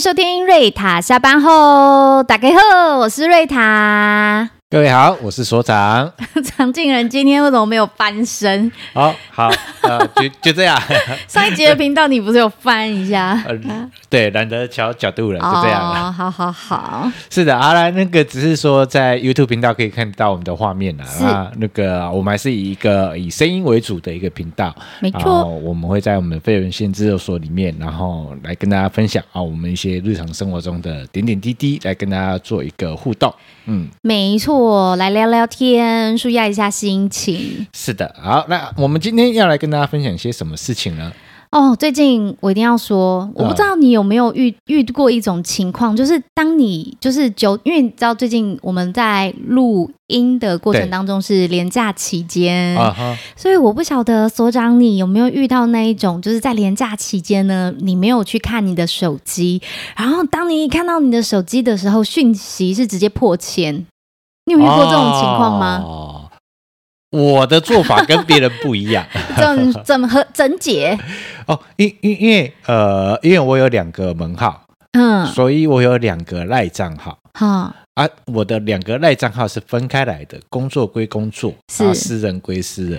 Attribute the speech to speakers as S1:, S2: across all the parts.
S1: 收听瑞塔下班后，打开后，我是瑞塔。
S2: 各位好，我是所长。
S1: 常静人今天为什么没有翻身？
S2: 好、好， 呃，就就这样，
S1: 上一集的频道你不是有翻一 下？
S2: 呃，对，难得瞧角度了，呃就这样啊了。
S1: 哦，好好好，
S2: 是的，阿、啊、兰那个只是说在 YouTube 频道可以看到我们的画面啦。啊
S1: 是
S2: 那那个我们还是以一个以声音为主的一个频道，
S1: 没错
S2: 然后我们会在我们废人限制所里面，然后来跟大家分享啊，我们一些日常生活中的点点滴滴，来跟大家做一个互动。嗯，
S1: 没错，来聊聊天，舒压一下心情。
S2: 是的。好，那我们今天要来跟大家分享一些什么事情呢？
S1: 哦，最近我一定要说，我不知道你有没有遇遇过一种情况，就是当你就是九，因为你知道最近我们在录音的过程
S2: 对
S1: 当中是连假期间，
S2: 啊哈，
S1: 所以我不晓得所长你有没有遇到那一种，就是在连假期间呢，你没有去看你的手机，然后当你一看到你的手机的时候，讯息是直接破千，你有遇过这种情况吗？
S2: 哦我的做法跟别人不一 样
S1: 怎怎么和整解？
S2: 哦，因因因为呃，因为我有两个门号，
S1: 嗯，
S2: 所以我有两个赖账号
S1: 好，
S2: 啊。我的两个赖账号是分开来的，工作归工作，
S1: 是
S2: 啊，私人归私人。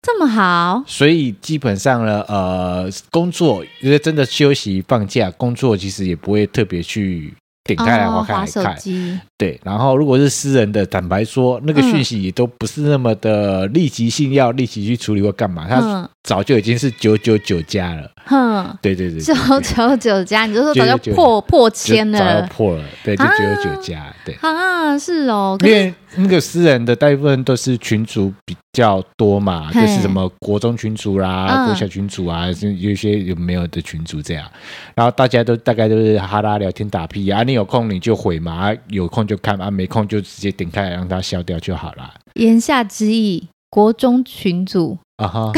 S1: 这么好，
S2: 所以基本上呢，呃，工作因为真的休息放假，工作其实也不会特别去点开来
S1: 哦，
S2: 划开
S1: 滑
S2: 来
S1: 手
S2: 看。
S1: 机，
S2: 对，然后如果是私人的，坦白说，那
S1: 嗯
S2: 个讯息也都不是那么的立即性，要立即去处理或干嘛，它
S1: 嗯
S2: 早就已经是九九九加了。
S1: 哼，
S2: 对对对，
S1: 九
S2: 对
S1: 九九加，你就说
S2: 九
S1: 早
S2: 九
S1: 就
S2: 九
S1: 破破
S2: 就
S1: 千
S2: 早要
S1: 了
S2: 破了，对，就
S1: 啊
S2: 九九九加，对。
S1: 啊，是哦，可
S2: 因
S1: 是
S2: 为那个私人的大部分都是群组比较多嘛，
S1: 嘿
S2: 就是什么国中群组啦、
S1: 嗯
S2: 国小群组啊，是有一些有没有的群组这样，然后大家都大概都是哈拉聊天打屁啊，你有空你就回嘛，啊有空就看啊，没空就直接点开来让它消掉就好啦。
S1: 言下之意，国中群组，
S2: 啊哈，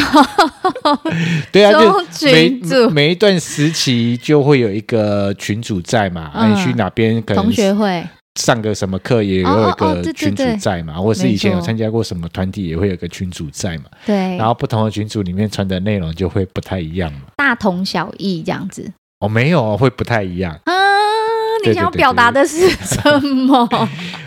S2: 对啊，
S1: 中
S2: 就每
S1: 群组
S2: 每一段时期就会有一个群组在嘛，啊，你
S1: 嗯
S2: 去哪边可能
S1: 同学会，
S2: 上个什么课也有一
S1: 哦哦哦
S2: 个
S1: 对对
S2: 群主
S1: 对
S2: 在嘛，或是
S1: 没
S2: 以前有
S1: 错
S2: 参加过什么团体也会有个群主在嘛，
S1: 对，
S2: 然后不同的群组里面传的内容就会不太一样嘛。
S1: 大同小异这样子。
S2: 哦，没有哦，会不太一样。
S1: 啊，你
S2: 对
S1: 想要
S2: 对对
S1: 表达的是什 么？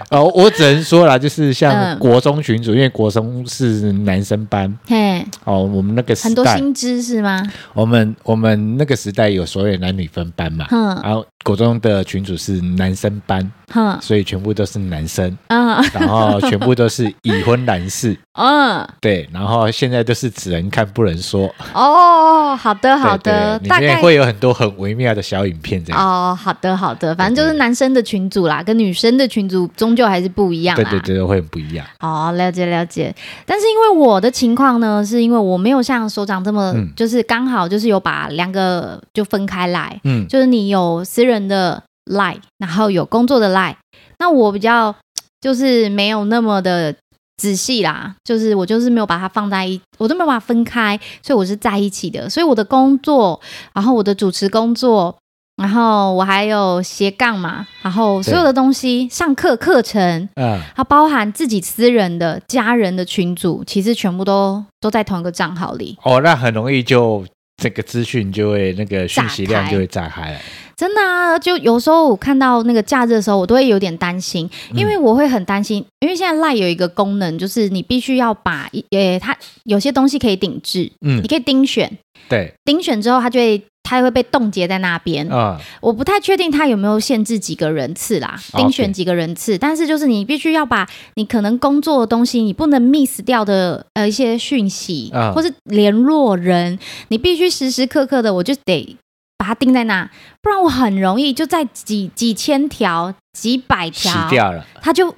S2: 哦，我只能说啦，就是像
S1: 嗯
S2: 国中群组，因为国中是男生班
S1: 嘿，
S2: 哦，我们那个时
S1: 很多
S2: 代，
S1: 新知是吗？
S2: 我们我们那个时代有所谓男女分班嘛，
S1: 哼
S2: 然后国中的群组是男生班，
S1: 哼
S2: 所以全部都是男生，
S1: 嗯
S2: 然后全部都是已婚男士。
S1: 嗯
S2: 对，然后现在都是只能看不能说，
S1: 哦，好的好的，
S2: 对对
S1: 大
S2: 里面
S1: 概
S2: 会有很多很微妙的小影片这样。
S1: 哦，好的好的，反正就
S2: 对
S1: 是
S2: 对
S1: 男生的群组啦，跟女生的群组终究还是不一样啊
S2: 对
S1: 啦。
S2: 对对，会很不一样。
S1: 哦，了解了解，但是因为我的情况呢，是因为我没有像首长这么，
S2: 嗯
S1: 就是刚好就是有把两个就分开来，
S2: 嗯，
S1: 就是你有私人的 line，然后有工作的 line。那我比较就是没有那么的仔细啦，就是我就是没有把它放在一，我都没有把它分开，所以我是在一起的。所以我的工作，然后我的主持工作，然后我还有斜杠嘛，然后所有的东西，上课课程。
S2: 啊，
S1: 它包含自己私人的、家人的群组，其实全部都都在同一个账号里。
S2: 哦，那很容易就这个资讯就会那个讯息量就会炸开了。
S1: 真的啊，就有时候我看到那个假日的时候，我都会有点担心，
S2: 嗯
S1: 因为我会很担心，因为现在 Line 有一个功能，就是你必须要把一，呃，它有些东西可以顶置，
S2: 嗯
S1: 你，可以盯选，
S2: 对，
S1: 盯选之后它就会。它会被冻结在那边，
S2: 啊，
S1: 我不太确定它有没有限制几个人次啦，
S2: OK
S1: 盯选几个人次。但是就是你必须要把你可能工作的东西，你不能 miss 掉的呃一些讯息，
S2: 嗯
S1: 或是联络人，你必须时时刻刻的，我就得把它盯在那，不然我很容易就在几几千条、几百
S2: 洗
S1: 条，
S2: 掉了。
S1: 它就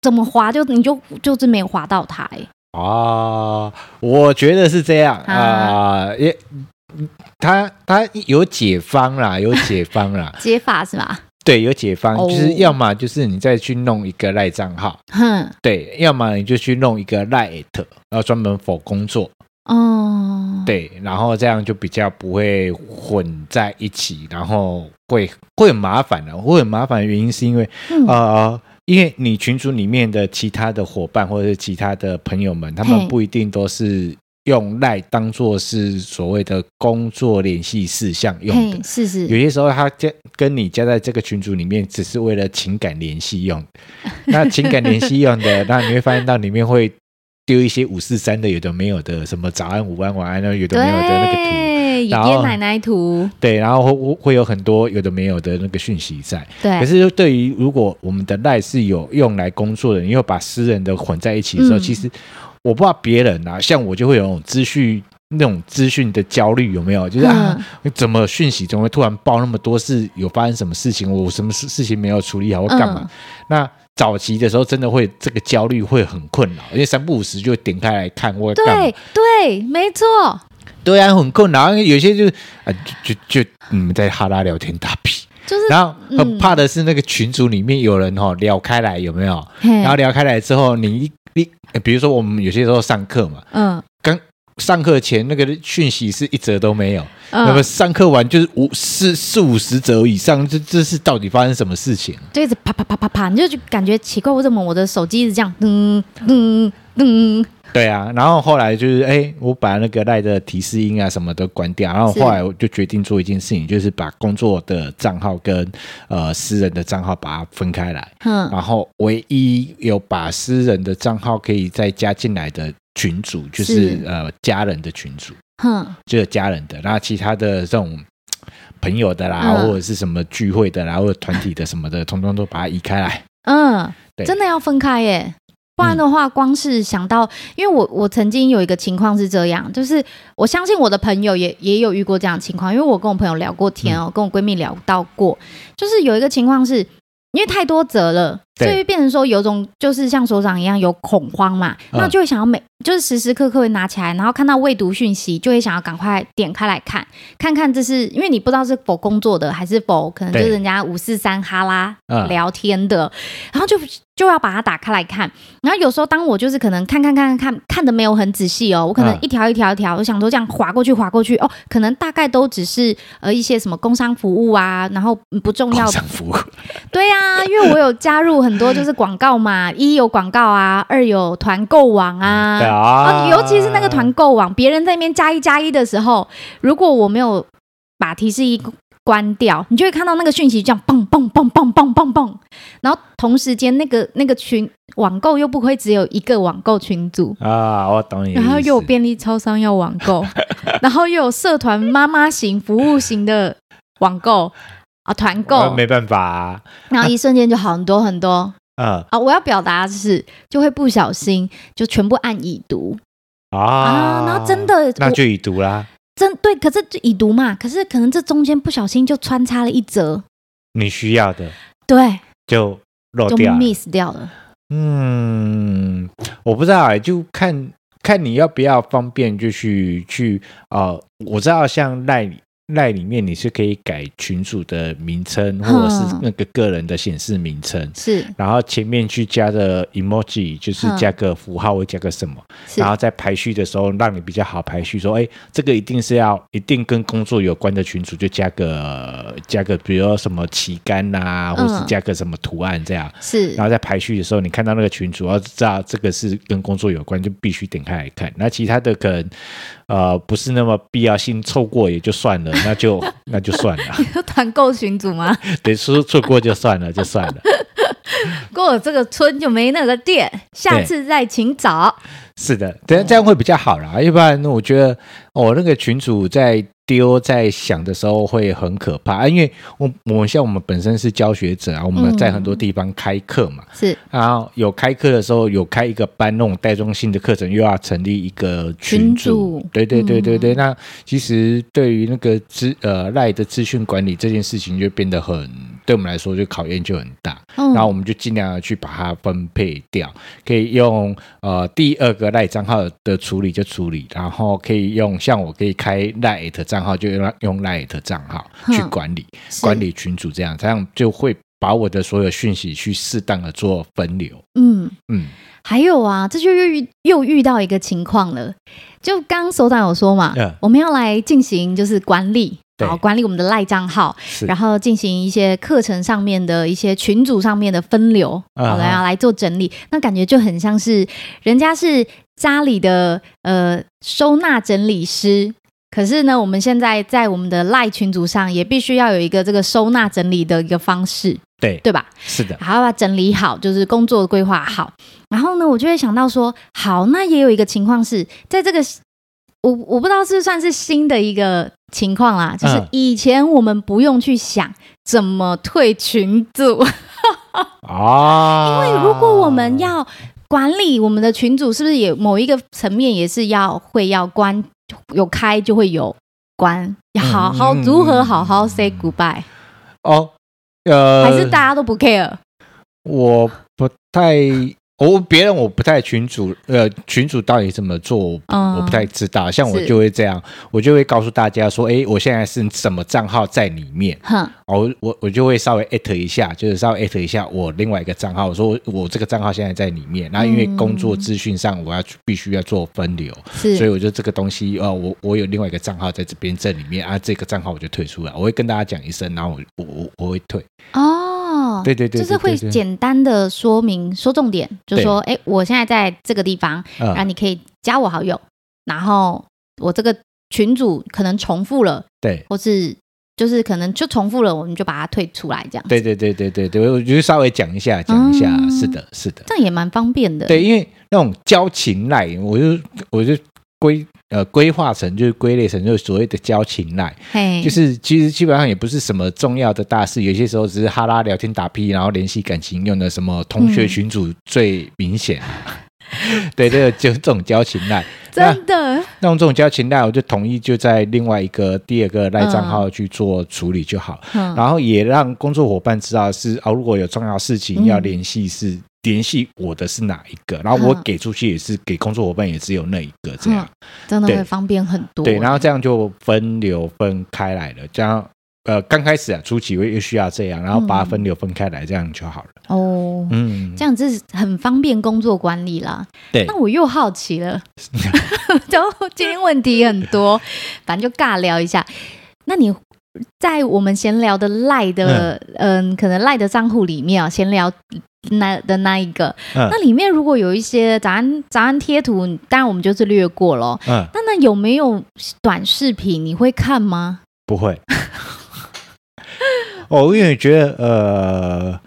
S1: 怎么划就你就就是没有划到它、欸，，
S2: 哦，我觉得是这样啊、也他他有解方啦，有解方啦
S1: 接法是吧？
S2: 对，有解方，
S1: 哦
S2: 就是要么就是你再去弄一个赖账号，
S1: 哼，
S2: 对，要么你就去弄一个 Lite，然后专门否工作，
S1: 哦，
S2: 对，然后这样就比较不会混在一起，然后会会很麻烦的、会很麻烦的原因是因为、
S1: 嗯
S2: 呃，因为你群组里面的其他的伙伴或者是其他的朋友们，他
S1: 嘿
S2: 们不一定都是用赖当做是所谓的工作联系事项用的
S1: 嘿，。是是
S2: 有，些时候他加跟你加在这个群组里面，只是为了情感联 系用。那情感联系用的，那你会发现到里面会丢一些五四三的，有的没有的，什么早安、午安、晚安，有的没有的那个图。
S1: 对，爷
S2: 然后
S1: 爷奶奶图，
S2: 对，然后会会有很多有的没有的那个讯息在。
S1: 对，
S2: 可是对于如果我们的赖是有用来工作的，你又把私人的混在一起的时候，
S1: 嗯
S2: 其实我不知道别人啊，像我就会有那种资讯。那种资讯的焦虑有没有？就是啊，
S1: 嗯
S2: 怎么讯息怎么会突然爆那么多？是有发生什么事情？我什么事事情没有处理好，或干嘛？
S1: 嗯
S2: 那早期的时候，真的会这个焦虑会很困扰，因为三不五时就会点开来看或干嘛
S1: 对。对，没错，
S2: 对啊，很困扰。因为有些就是啊，就就就你们在哈拉聊天打屁，
S1: 就是
S2: 然后很
S1: 嗯
S2: 怕的是那个群组里面有人哦聊开来有没有？
S1: 嘿
S2: 然后聊开来之后，你一你呃比如说我们有些时候上课嘛，
S1: 嗯
S2: 刚上课前那个讯息是一则都没有，那么
S1: 嗯，
S2: 上课完就是五四四五十则以上，这这是到底发生什么事情？
S1: 就一直啪啪啪啪啪，你就就感觉奇怪，为什么我的手机一直这样嗯噔噔噔？
S2: 对啊，然后后来就是，哎，我把那个赖的提示音啊什么都关掉，然后
S1: 是
S2: 后来我就决定做一件事情，就是把工作的账号跟呃私人的账号把它分开来，
S1: 嗯，
S2: 然后唯一有把私人的账号可以再加进来的群组，就是
S1: 是
S2: 呃家人的群组，
S1: 哼，
S2: 就是家人的，那其他的这种。朋友的啦，
S1: 嗯
S2: 或者是什么聚会的啦，或者团体的什么的，通通都把它移 开来。
S1: 嗯，
S2: 对
S1: 真的要分开耶，不然的话，光是想到，因为我我曾经有一个情况是这样，就是我相信我的朋友也也有遇过这样的情况，因为我跟我朋友聊过天
S2: 嗯
S1: 哦，跟我闺蜜聊到过，就是有一个情况是因为太多责了，
S2: 对
S1: 所以变成说有种就是像所长一样有恐慌嘛，
S2: 嗯
S1: 那就会想要每就是时时刻刻会拿起来，然后看到未读讯息就会想要赶快点开来看，看看这是因为你不知道是否工作的还是否可能就是
S2: 对
S1: 人家五四三哈拉
S2: 嗯
S1: 聊天的，然后就就要把它打开来看。然后有时候当我就是可能看看看看看看的没有很仔细哦，我可能
S2: 嗯
S1: 一条一条一条，我想说这样划过去划过去哦，可能大概都只是呃一些什么工商服务啊，然后嗯不重
S2: 工
S1: 要
S2: 商服务，
S1: 对呀、因为我有加入很多就是广告嘛，一有广告啊，二有团购网 啊，
S2: 对啊
S1: 尤其是那个团购网，别人在那边加一加一的时候，如果我没有把提示一关掉，你就会看到那个讯息这样蹦蹦蹦蹦蹦蹦蹦，然后同时间那个那个群网购又不会只有一个网购群组。
S2: 啊，我懂你的意
S1: 然
S2: 思。
S1: 后又有便利超商要网购，然后又有社团妈妈型、服务型的网购啊，团
S2: 我
S1: 购，
S2: 没办法啊，
S1: 然后一瞬间就好很多很多
S2: 嗯
S1: 啊！我要表达的是，就会不小心就全部按已读啊
S2: 啊，
S1: 然后真的
S2: 那
S1: 我
S2: 就已读啦。
S1: 真对，可是就已读嘛，可是可能这中间不小心就穿插了一折，
S2: 你需要的
S1: 对，
S2: 就漏
S1: 就
S2: 哦掉了。
S1: miss 掉了。
S2: 嗯，我不知道哎、就看看你要不要方便，就去去呃，我知道像赖里赖里面你是可以改群组的名称，或者是
S1: 哼
S2: 那个个人的显示名称。
S1: 是
S2: 然后前面去加的 emoji 就是
S1: 哼
S2: 加个符号或加个什么，
S1: 是
S2: 然后在排序的时候让你比较好排序，说哎，这个一定是要一定跟工作有关的群组就加个加个，比如说什么旗杆呐、啊，或是
S1: 嗯
S2: 加个什么图案这样。
S1: 是
S2: 然后在排序的时候，你看到那个群主要知道这个是跟工作有关，就必须点开来看。那其他的可能呃不是那么必要性，错过也就算了，那就那就算了，
S1: 团购群组吗？
S2: 对，说错过就算了，就算了。
S1: 过了这个村就没那个店，下次再请找。
S2: 是的，这样这样会比较好啦，要不然我觉得我、哦、那个群主在丢在想的时候会很可怕，啊因为我我们像我们本身是教学者啊，我们
S1: 嗯
S2: 在很多地方开课嘛，
S1: 是
S2: 然后有开课的时候，有开一个班那种带妆性的课程，又要成立一个群
S1: 群
S2: 组。
S1: 组
S2: 对对对对对，
S1: 嗯
S2: 那其实对于那个资呃赖的资讯管理这件事情，就变得很对我们来说就考验就很大。
S1: 嗯
S2: 然后我们就尽量的去把它分配掉，可以用呃第二个赖账号的处理就处理，然后可以用像我可以开赖 at 账号就用用赖 at 账号去
S1: 哼
S2: 管理
S1: 是
S2: 管理群组，这样这样就会把我的所有讯息去适当的做分流。
S1: 嗯。
S2: 嗯，
S1: 还有啊，这就又遇又遇到一个情况了，就刚刚首长有说嘛，
S2: 嗯
S1: 我们要来进行就是管理，
S2: 对
S1: 好管理我们的赖账号，
S2: 是
S1: 然后进行一些课程上面的一些群组上面的分流，
S2: 啊哈
S1: 好的，要来做整理，那感觉就很像是人家是家里的呃收纳整理师。可是呢，我们现在在我们的赖群组上也必须要有一个这个收纳整理的一个方式，
S2: 对，
S1: 对吧？
S2: 是的，
S1: 还要把它整理好，就是工作规划好。然后呢，我就会想到说，好，那也有一个情况是在这个，我我不知道是不是算是新的一个情况啦，就是
S2: 嗯
S1: 以前我们不用去想怎么退群组，
S2: 哦，
S1: 因为如果我们要管理我们的群组，是不是也某一个层面也是要会要关有开就会有关，要好好
S2: 嗯嗯
S1: 如何
S2: 嗯
S1: 好好 say goodbye，、
S2: 哦，呃，
S1: 还是大家都不 care？
S2: 我不太，我别人我不太群主，呃，群主到底怎么做，我
S1: 嗯，
S2: 我不太知道。像我
S1: 是
S2: 就会这样，我就会告诉大家说，诶，我现在是什么账号在里面，
S1: 哼，
S2: 哦，我我就会稍微艾特一下，就是稍微艾特一下我另外一个账号，我说我我这个账号现在在里面，然后因为工作资讯上我要去必须要做分流，所以
S1: 嗯是
S2: 我就这个东西，呃，我我有另外一个账号在这边这里面啊，这个账号我就退出来，我会跟大家讲一声，然后我我我我会退，
S1: 哦，
S2: 对对对，
S1: 就是会
S2: 对，
S1: 简单的说明说重点，就说哎，诶我现在在这个地方，
S2: 对
S1: 然后
S2: 嗯，
S1: 你可以加我好友，然后我这个群组可能重复了，
S2: 对。
S1: 或是就是可能就重复了，我们就把它退出来，这样
S2: 对对对对对对，我就稍微讲一下，讲一下，
S1: 嗯
S2: 是的，是的，
S1: 这样也蛮方便的。
S2: 对，因为那种交情赖，我就我就规呃规划成就是归类成就是所谓的交情赖，
S1: 嘿，
S2: 就是其实基本上也不是什么重要的大事，有些时候只是哈拉聊天打屁，然后联系感情用的什么同学群组最明 显。对对，就这种交情赖，
S1: 真的
S2: 那用这种交情赖，我就同意就在另外一个第二个赖账号去做处理就好，
S1: 嗯
S2: 然后也让工作伙伴知道是哦，如果有重要事情要联系是。联系我的是哪一个？然后我
S1: 嗯
S2: 给出去也是给工作伙伴，也只有那一个这样。
S1: 真的
S2: 对
S1: 会方便很多。
S2: 对，然后这样就分流分开来了，这样呃刚开始啊初期会需要这样，然后把它分流分开来，这样就好了。
S1: 哦，
S2: 嗯，
S1: 嗯这样子很方便工作管理啦。
S2: 对
S1: 那我又好奇 了，就今天问题很多，反正就尬聊一下。那你在我们闲聊的赖的，嗯、可能赖的账户里面啊，闲聊那的那一个，
S2: 嗯
S1: 那里面如果有一些早安早安贴图，当然我们就是略过咯。
S2: 嗯，
S1: 那那有没有短视频？你会看吗？
S2: 不会。 哦，因为觉得呃，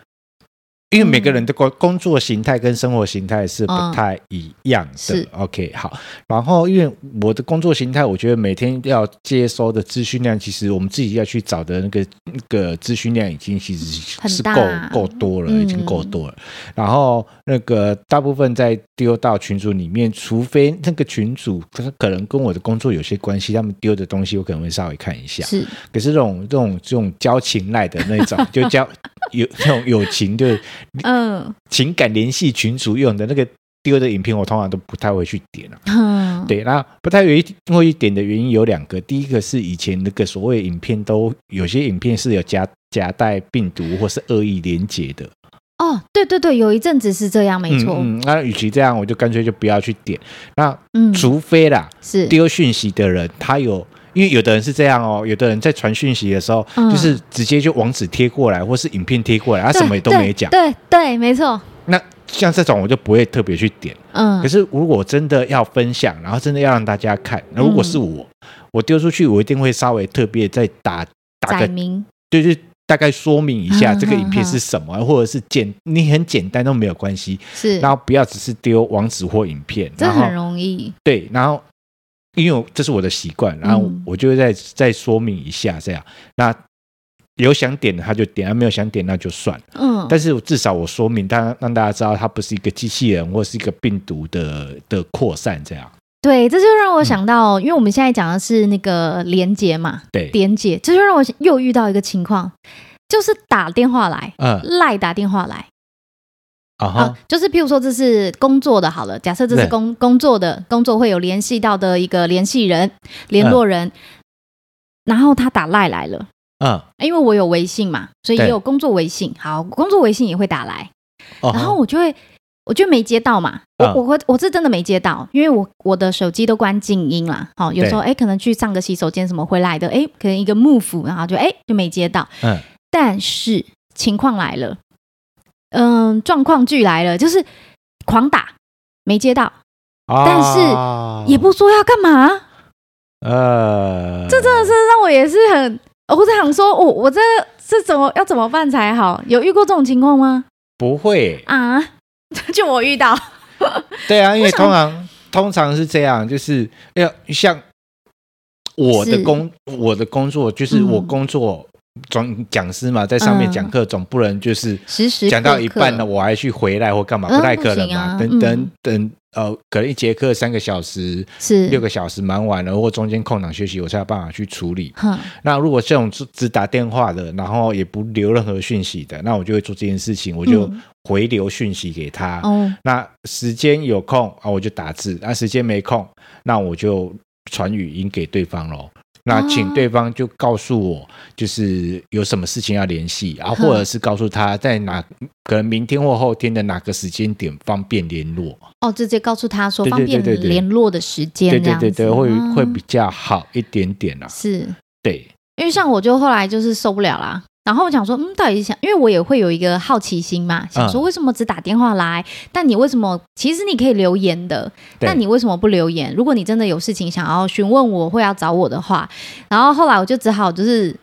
S2: 因为
S1: 嗯
S2: 每个人的工工作形态跟生活形态是不太一样的。
S1: 是
S2: OK，好。然后因为我的工作形态，我觉得每天要接收的资讯量，其实我们自己要去找的那个那个资讯量，已经其实
S1: 很
S2: 是
S1: 大
S2: 够够多了，
S1: 嗯
S2: 已经够多了。然后那个大部分在丢到群组里面，除非那个群组他可能跟我的工作有些关系，他们丢的东西我可能会稍微看一下。
S1: 是
S2: 可是这种这种这种交情赖的那 种，就交有那种友情就是
S1: 嗯
S2: 情感联系群组用的那个丢的影片，我通常都不太会去点
S1: 哦
S2: 啊。
S1: 哼，
S2: 对，那不太会会点的原因有两个，第一个是以前那个所谓影片都有些影片是有夹夹带病毒或是恶意连结的，
S1: 哦，对对对，有一阵子是这样，没错，
S2: 嗯，嗯那与其这样，我就干脆就不要去点。那
S1: 嗯，
S2: 除非啦，
S1: 是
S2: 丢讯息的人，他有，因为有的人是这样哦，有的人在传讯息的时候，
S1: 嗯
S2: 就是直接就网址贴过来，或是影片贴过来，他
S1: 对
S2: 啊什么也都没讲。
S1: 对对对，没错，
S2: 那像这种我就不会特别去点。
S1: 嗯，
S2: 可是如果真的要分享，然后真的要让大家看，那如果是我，
S1: 嗯
S2: 我丢出去，我一定会稍微特别再打打
S1: 载
S2: 个，
S1: 明，
S2: 就是大概说明一下
S1: 嗯
S2: 这个
S1: 嗯
S2: 影片是
S1: 嗯
S2: 什么，或者是简你很简单都没有关系，
S1: 是，
S2: 然后不要只是丢网址或影片，
S1: 这
S2: 然后
S1: 很容易，
S2: 对，然后因为我这是我的习惯，然后
S1: 嗯
S2: 我就会再再说明一下这样。那有想点的他就点，啊没有想点那就算。
S1: 嗯，
S2: 但是我至少我说明，大家让大家知道它不是一个机器人或是一个病毒的的扩散这样。
S1: 对，这就让我想到，因为我们现在讲的是那个连接嘛，
S2: 对，
S1: 连接，这就让我又遇到一个情况，就是打电话来，
S2: 嗯
S1: 赖打电话来。啊
S2: 啊哈，，
S1: 就是譬如说这是工作的，好了，假设这是
S2: 对
S1: 工工作的，工作会有联系到的一个联系人、联络人，然后他打赖来了，
S2: 嗯，
S1: 因为我有微信嘛，所以
S2: 对
S1: 也有工作微信，好，工作微信也会打来，
S2: 哦
S1: 然后
S2: 哈，
S1: 我就会，我就没接到嘛，
S2: 嗯
S1: 我我会我是真的没接到，因为我我的手机都关静音啦，好、有时候哎可能去上个洗手间什么回来的，哎可能一个 move，然后就哎就没接到，
S2: 嗯，
S1: 但是情况来了，嗯，状况剧来了，就是狂打没接到，
S2: 啊
S1: 但
S2: 是
S1: 也不说要干嘛，
S2: 呃，
S1: 这真的是让我也是很，我只想说，我、我这这怎么要怎么办才好？有遇过这种情况吗？
S2: 不会，
S1: 啊， 就我遇到，
S2: 对啊，因为
S1: 我想
S2: 通常通常是这样，就是哎呀，像我的
S1: 是
S2: 工我的工作就是
S1: 嗯
S2: 我工作总讲师嘛，在上面讲课总不能就是
S1: 时时刻刻
S2: 讲到一半了，我还去回来或干嘛，
S1: 嗯
S2: 不太可能嘛。
S1: 不行啊
S2: 等等
S1: 嗯
S2: 等，呃，可能一节课三个小时、
S1: 是
S2: 六个小时忙完了，或中间空档休息，我才有办法去处理。
S1: 哼，
S2: 那如果这种只只打电话的，然后也不留任何讯息的，那我就会做这件事情，我就
S1: 嗯
S2: 回留讯息给他。
S1: 哦，
S2: 那时间有空啊，我就打字；那时间没空，那我就传语音给对方喽。那请
S1: 哦
S2: 对方就告诉我，就是有什么事情要联系啊，
S1: 哼
S2: 或者是告诉他在哪，可能明天或后天的哪个时间点方便联络。
S1: 哦，直接告诉他说
S2: 对对
S1: 方便
S2: 对对对
S1: 联络的时间，
S2: 对
S1: 这
S2: 对
S1: 样
S2: 对对，
S1: 子
S2: 会
S1: 嗯
S2: 会比较好一点点啦。
S1: 是
S2: 对，
S1: 因为像我就后来就是受不了啦。然后我想说，嗯，到底想，因为我也会有一个好奇心嘛，
S2: 嗯
S1: 想说为什么只打电话来？但你为什么？其实你可以留言的，
S2: 对
S1: 那你为什么不留言？如果你真的有事情想要询问我或要找我的话，然后后来我就只好就是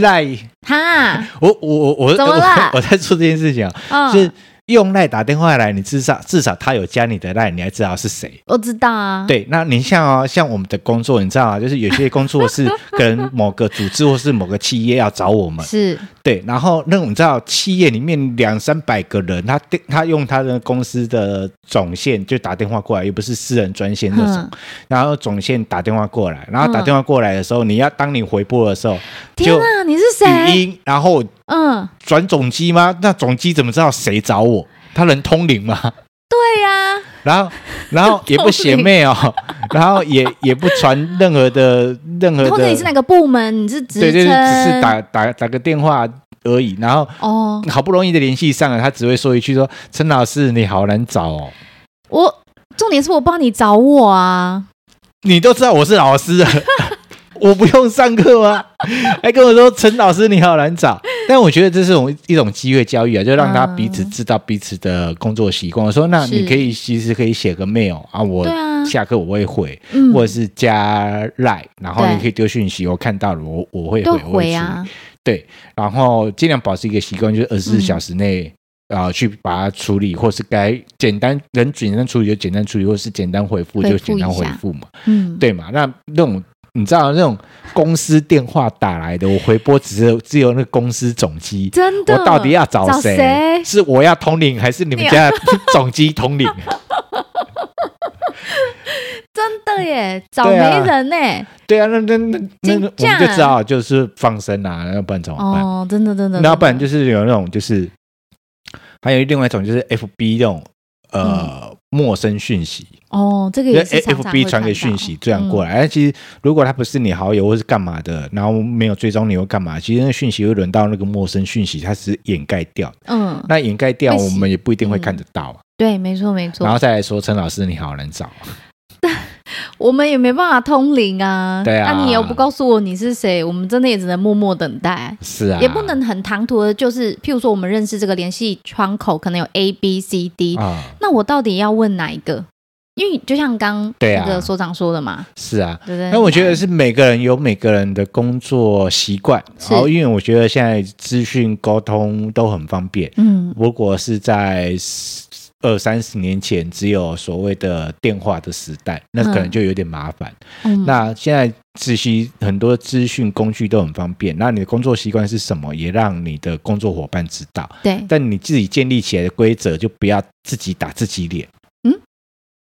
S2: 赖
S1: 哈，
S2: 我我我我
S1: 怎么
S2: 我
S1: 啦
S2: 我在做这件事情啊，
S1: 嗯，
S2: 是用赖打电话来，你至少至少他有加你的赖，你还知道是谁。
S1: 我知道啊，
S2: 对，那你像哦，像我们的工作，你知道吗？就是有些工作是可能某个组织或是某个企业要找 我们，
S1: 是
S2: 对，然后那种你知道，企业里面两三百个人，他电他用他的公司的总线就打电话过来，又不是私人专线那种，
S1: 嗯
S2: 然后总线打电话过来，然后打
S1: 嗯
S2: 电话过来的时候，你要当你回拨的时候，
S1: 天
S2: 就
S1: 啊，你是
S2: 语
S1: 谁？
S2: 音，然后
S1: 嗯，
S2: 转总机吗？那总机怎么知道谁找我？他能通灵吗？
S1: 对呀、
S2: 然后，然后也不写妹 哦，然后也也不传任何的任何的，
S1: 或者你是哪个部门？你是职
S2: 对
S1: 称？
S2: 对，对只是打打打个电话而已。然后
S1: 哦，
S2: 好不容易的联系上了，他只会说一句说：“陈老师，你好难找哦，
S1: 我重点是我不知道你找我啊，
S2: 你都知道我是老师了， 我不用上课吗？”还跟我说：“陈老师，你好难找。”但我觉得这是种一种机会教育啊，就让他彼此知道彼此的工作习惯。我说：“那你
S1: 是
S2: 可以其实可以写个 mail 啊，我
S1: 对啊，
S2: 下课我会回。”
S1: 嗯
S2: 或者是加 Line，然后
S1: 对
S2: 你可以丢讯息，我看到了，我我会回，
S1: 都
S2: 我会
S1: 回啊
S2: 处理，对，然后尽量保持一个习惯，就是二十四小时
S1: 嗯
S2: 内啊、呃去把它处理，或是该简单能简单处理就简单处理，或是简单回复
S1: 回
S2: 就
S1: 复
S2: 简单
S1: 一
S2: 回
S1: 下
S2: 复嘛，
S1: 嗯，
S2: 对嘛？那那种你知道那种公司电话打来的，我回拨只有只有那个公司总机。
S1: 真
S2: 我
S1: 的，
S2: 到底要找
S1: 找谁
S2: 是我要通灵，还是你们
S1: 你
S2: 家的总机 通灵？
S1: 真的耶，找
S2: 对
S1: 没
S2: 啊
S1: 人呢、
S2: 对啊，那那那那，
S1: 真
S2: 那我
S1: 假
S2: 们就只好就是放生啦、要不然怎么办？
S1: 哦，真的真的，
S2: 那不然就是是有那种就是，还有另外一种就是 FB 这种呃、
S1: 嗯
S2: 陌生讯息，
S1: 哦，这个
S2: 就
S1: 也
S2: 是
S1: 是常常会
S2: FB
S1: 看
S2: 传给
S1: 到
S2: 讯息这样过
S1: 嗯
S2: 来。哎、其实如果他不是你好友或是干嘛的，然后没有追踪你又干嘛，其实那讯息会轮到那个陌生讯息，它是掩盖掉的。
S1: 嗯，
S2: 那掩盖掉，
S1: 会
S2: 我
S1: 洗
S2: 们也不一定会
S1: 嗯
S2: 看得到啊、
S1: 对，没错没错
S2: 然，后再来说，陈老师你好难找，啊
S1: 我们也没办法通灵啊，
S2: 对啊
S1: 那你又不告诉我你是谁，我们真的也只能默默等待。
S2: 是啊，
S1: 也不能很唐突的，就是譬如说，我们认识这个联系窗口可能有 A、B、C、D，、
S2: 啊、
S1: 那我到底要问哪一个？因为就像刚
S2: 对啊
S1: 那个所长说的嘛，
S2: 是啊。
S1: 对不对？
S2: 那我觉得是每个人有每个人的工作习惯，
S1: 是
S2: 然后因为我觉得现在资讯沟通都很方便。
S1: 嗯，
S2: 如果是在二三十年前只有所谓的电话的时代，那可能就有点麻烦。
S1: 嗯，
S2: 那现在资讯很多资讯工具都很方便，那你的工作习惯是什么，也让你的工作伙伴知道。
S1: 对，
S2: 但你自己建立起来的规则，就不要自己打自己脸。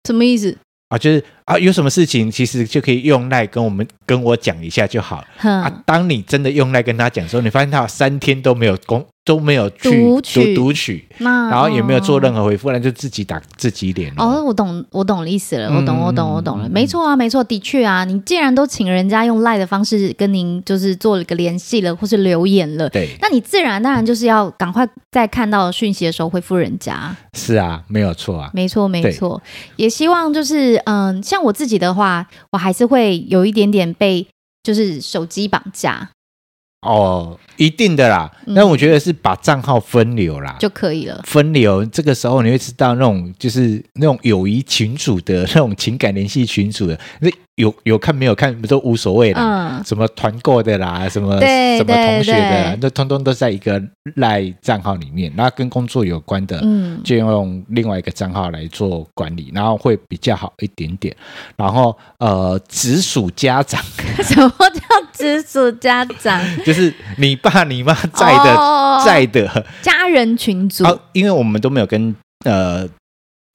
S1: 什么意思？
S2: 啊，就是啊，有什么事情其实就可以用赖跟我们跟我讲一下就好了。
S1: 哼、
S2: 啊，当你真的用来跟他讲的时候，你发现他有三天都没有公都没有去
S1: 读取
S2: 读取，
S1: 那
S2: 然后也没有做任
S1: 何。
S2: 何回复，那就自己打自己脸
S1: 嗯哦，
S2: 了。
S1: 我懂，我懂了意思了，我懂，
S2: 嗯
S1: 我懂，我懂了，
S2: 嗯
S1: 没错啊，没错，的确啊，你既然都请人家用赖的方式跟您就是做了个联系了，或是留言了，
S2: 对，
S1: 那你自然当然就是要赶快在看到讯息的时候回复人家，
S2: 是啊，没有错啊。
S1: 没错，没
S2: 对
S1: 错，也希望就是嗯，像我自己的话，我还是会有一点点被就是手机绑架，
S2: 哦，一定的啦。
S1: 嗯
S2: 但我觉得是把账号分流啦，
S1: 就可以了。
S2: 分流。这个时候你会知道那种就是那种友谊群组的那种情感联系群组的，那有有看没有看都无所谓啦。
S1: 嗯，
S2: 什么团购的啦，什么
S1: 对
S2: 什么
S1: 对
S2: 同学的啦
S1: 对，
S2: 那通通都在一个赖账号里面。那跟工作有关的，
S1: 嗯，
S2: 就用另外一个账号来做管理，然后会比较好一点点。然后呃，直属家长
S1: 什么叫直属家长？
S2: 就是你爸你妈在的、
S1: 哦
S2: 在的，
S1: 家人群组，
S2: 啊，因为我们都没有跟呃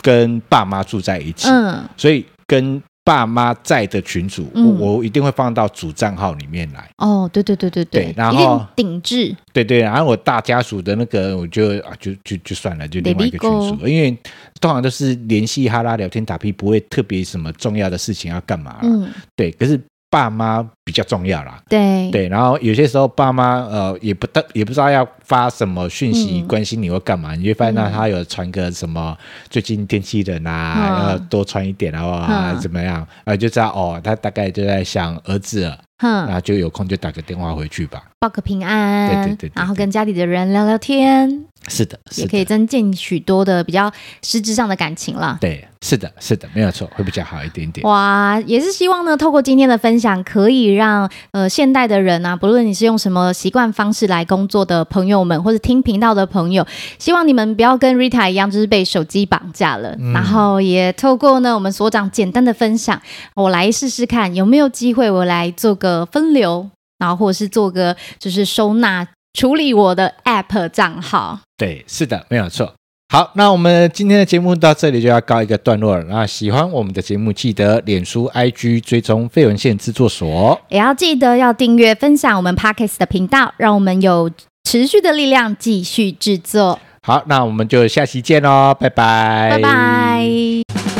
S2: 跟爸妈住在一起，
S1: 嗯
S2: 所以跟爸妈在的群组，
S1: 嗯
S2: 我我一定会放到主账号里面来。
S1: 哦，对对对对
S2: 对然
S1: 一
S2: 后
S1: 定顶置，
S2: 对对，然后我大家属的那个，我就啊，就就就算了，就另外一个
S1: Let it
S2: 群
S1: go
S2: 组，因为通常都是联系哈拉聊天打屁，不会特别什么重要的事情要干嘛啦。
S1: 嗯，
S2: 对，可是爸妈比较重要啦。
S1: 对，
S2: 对，然后有些时候爸妈呃也不得也不知道要发什么讯息
S1: 嗯
S2: 关心你或干嘛，你就发现到
S1: 嗯
S2: 他有传个什么最近天气冷啊，
S1: 嗯
S2: 要多穿一点啊，
S1: 嗯
S2: 怎么样，啊就知道哦，他大概就在想儿子了，
S1: 哼，
S2: 那就有空就打个电话回去吧。
S1: 报个平安，
S2: 对对对对
S1: 然后跟家里的人聊聊天，
S2: 是的，是
S1: 也可以
S2: 的，
S1: 增进许多的比较实质上的感情啦。
S2: 对，是的，是的，没有错，会比较好一点点。
S1: 哇，也是希望呢，透过今天的分享，可以让呃现代的人啊，不论你是用什么习惯方式来工作的朋友们，或者听频道的朋友，希望你们不要跟 Rita 一样，就是被手机绑架了。然后也透过呢我们所长简单的分享，我来试试看有没有机会，我来做个分流，然后或者是做个就是收纳处理我的 App 账号。
S2: 对，是的，没有错。好，那我们今天的节目到这里就要告一个段落了。那喜欢我们的节目，记得脸书、IG 追踪费文献制作所。
S1: 也要记得要订阅、分享我们 Podcast 的频道，让我们有持续的力量继续制作。
S2: 好，那我们就下期见喽，拜
S1: 拜
S2: 拜，
S1: 拜。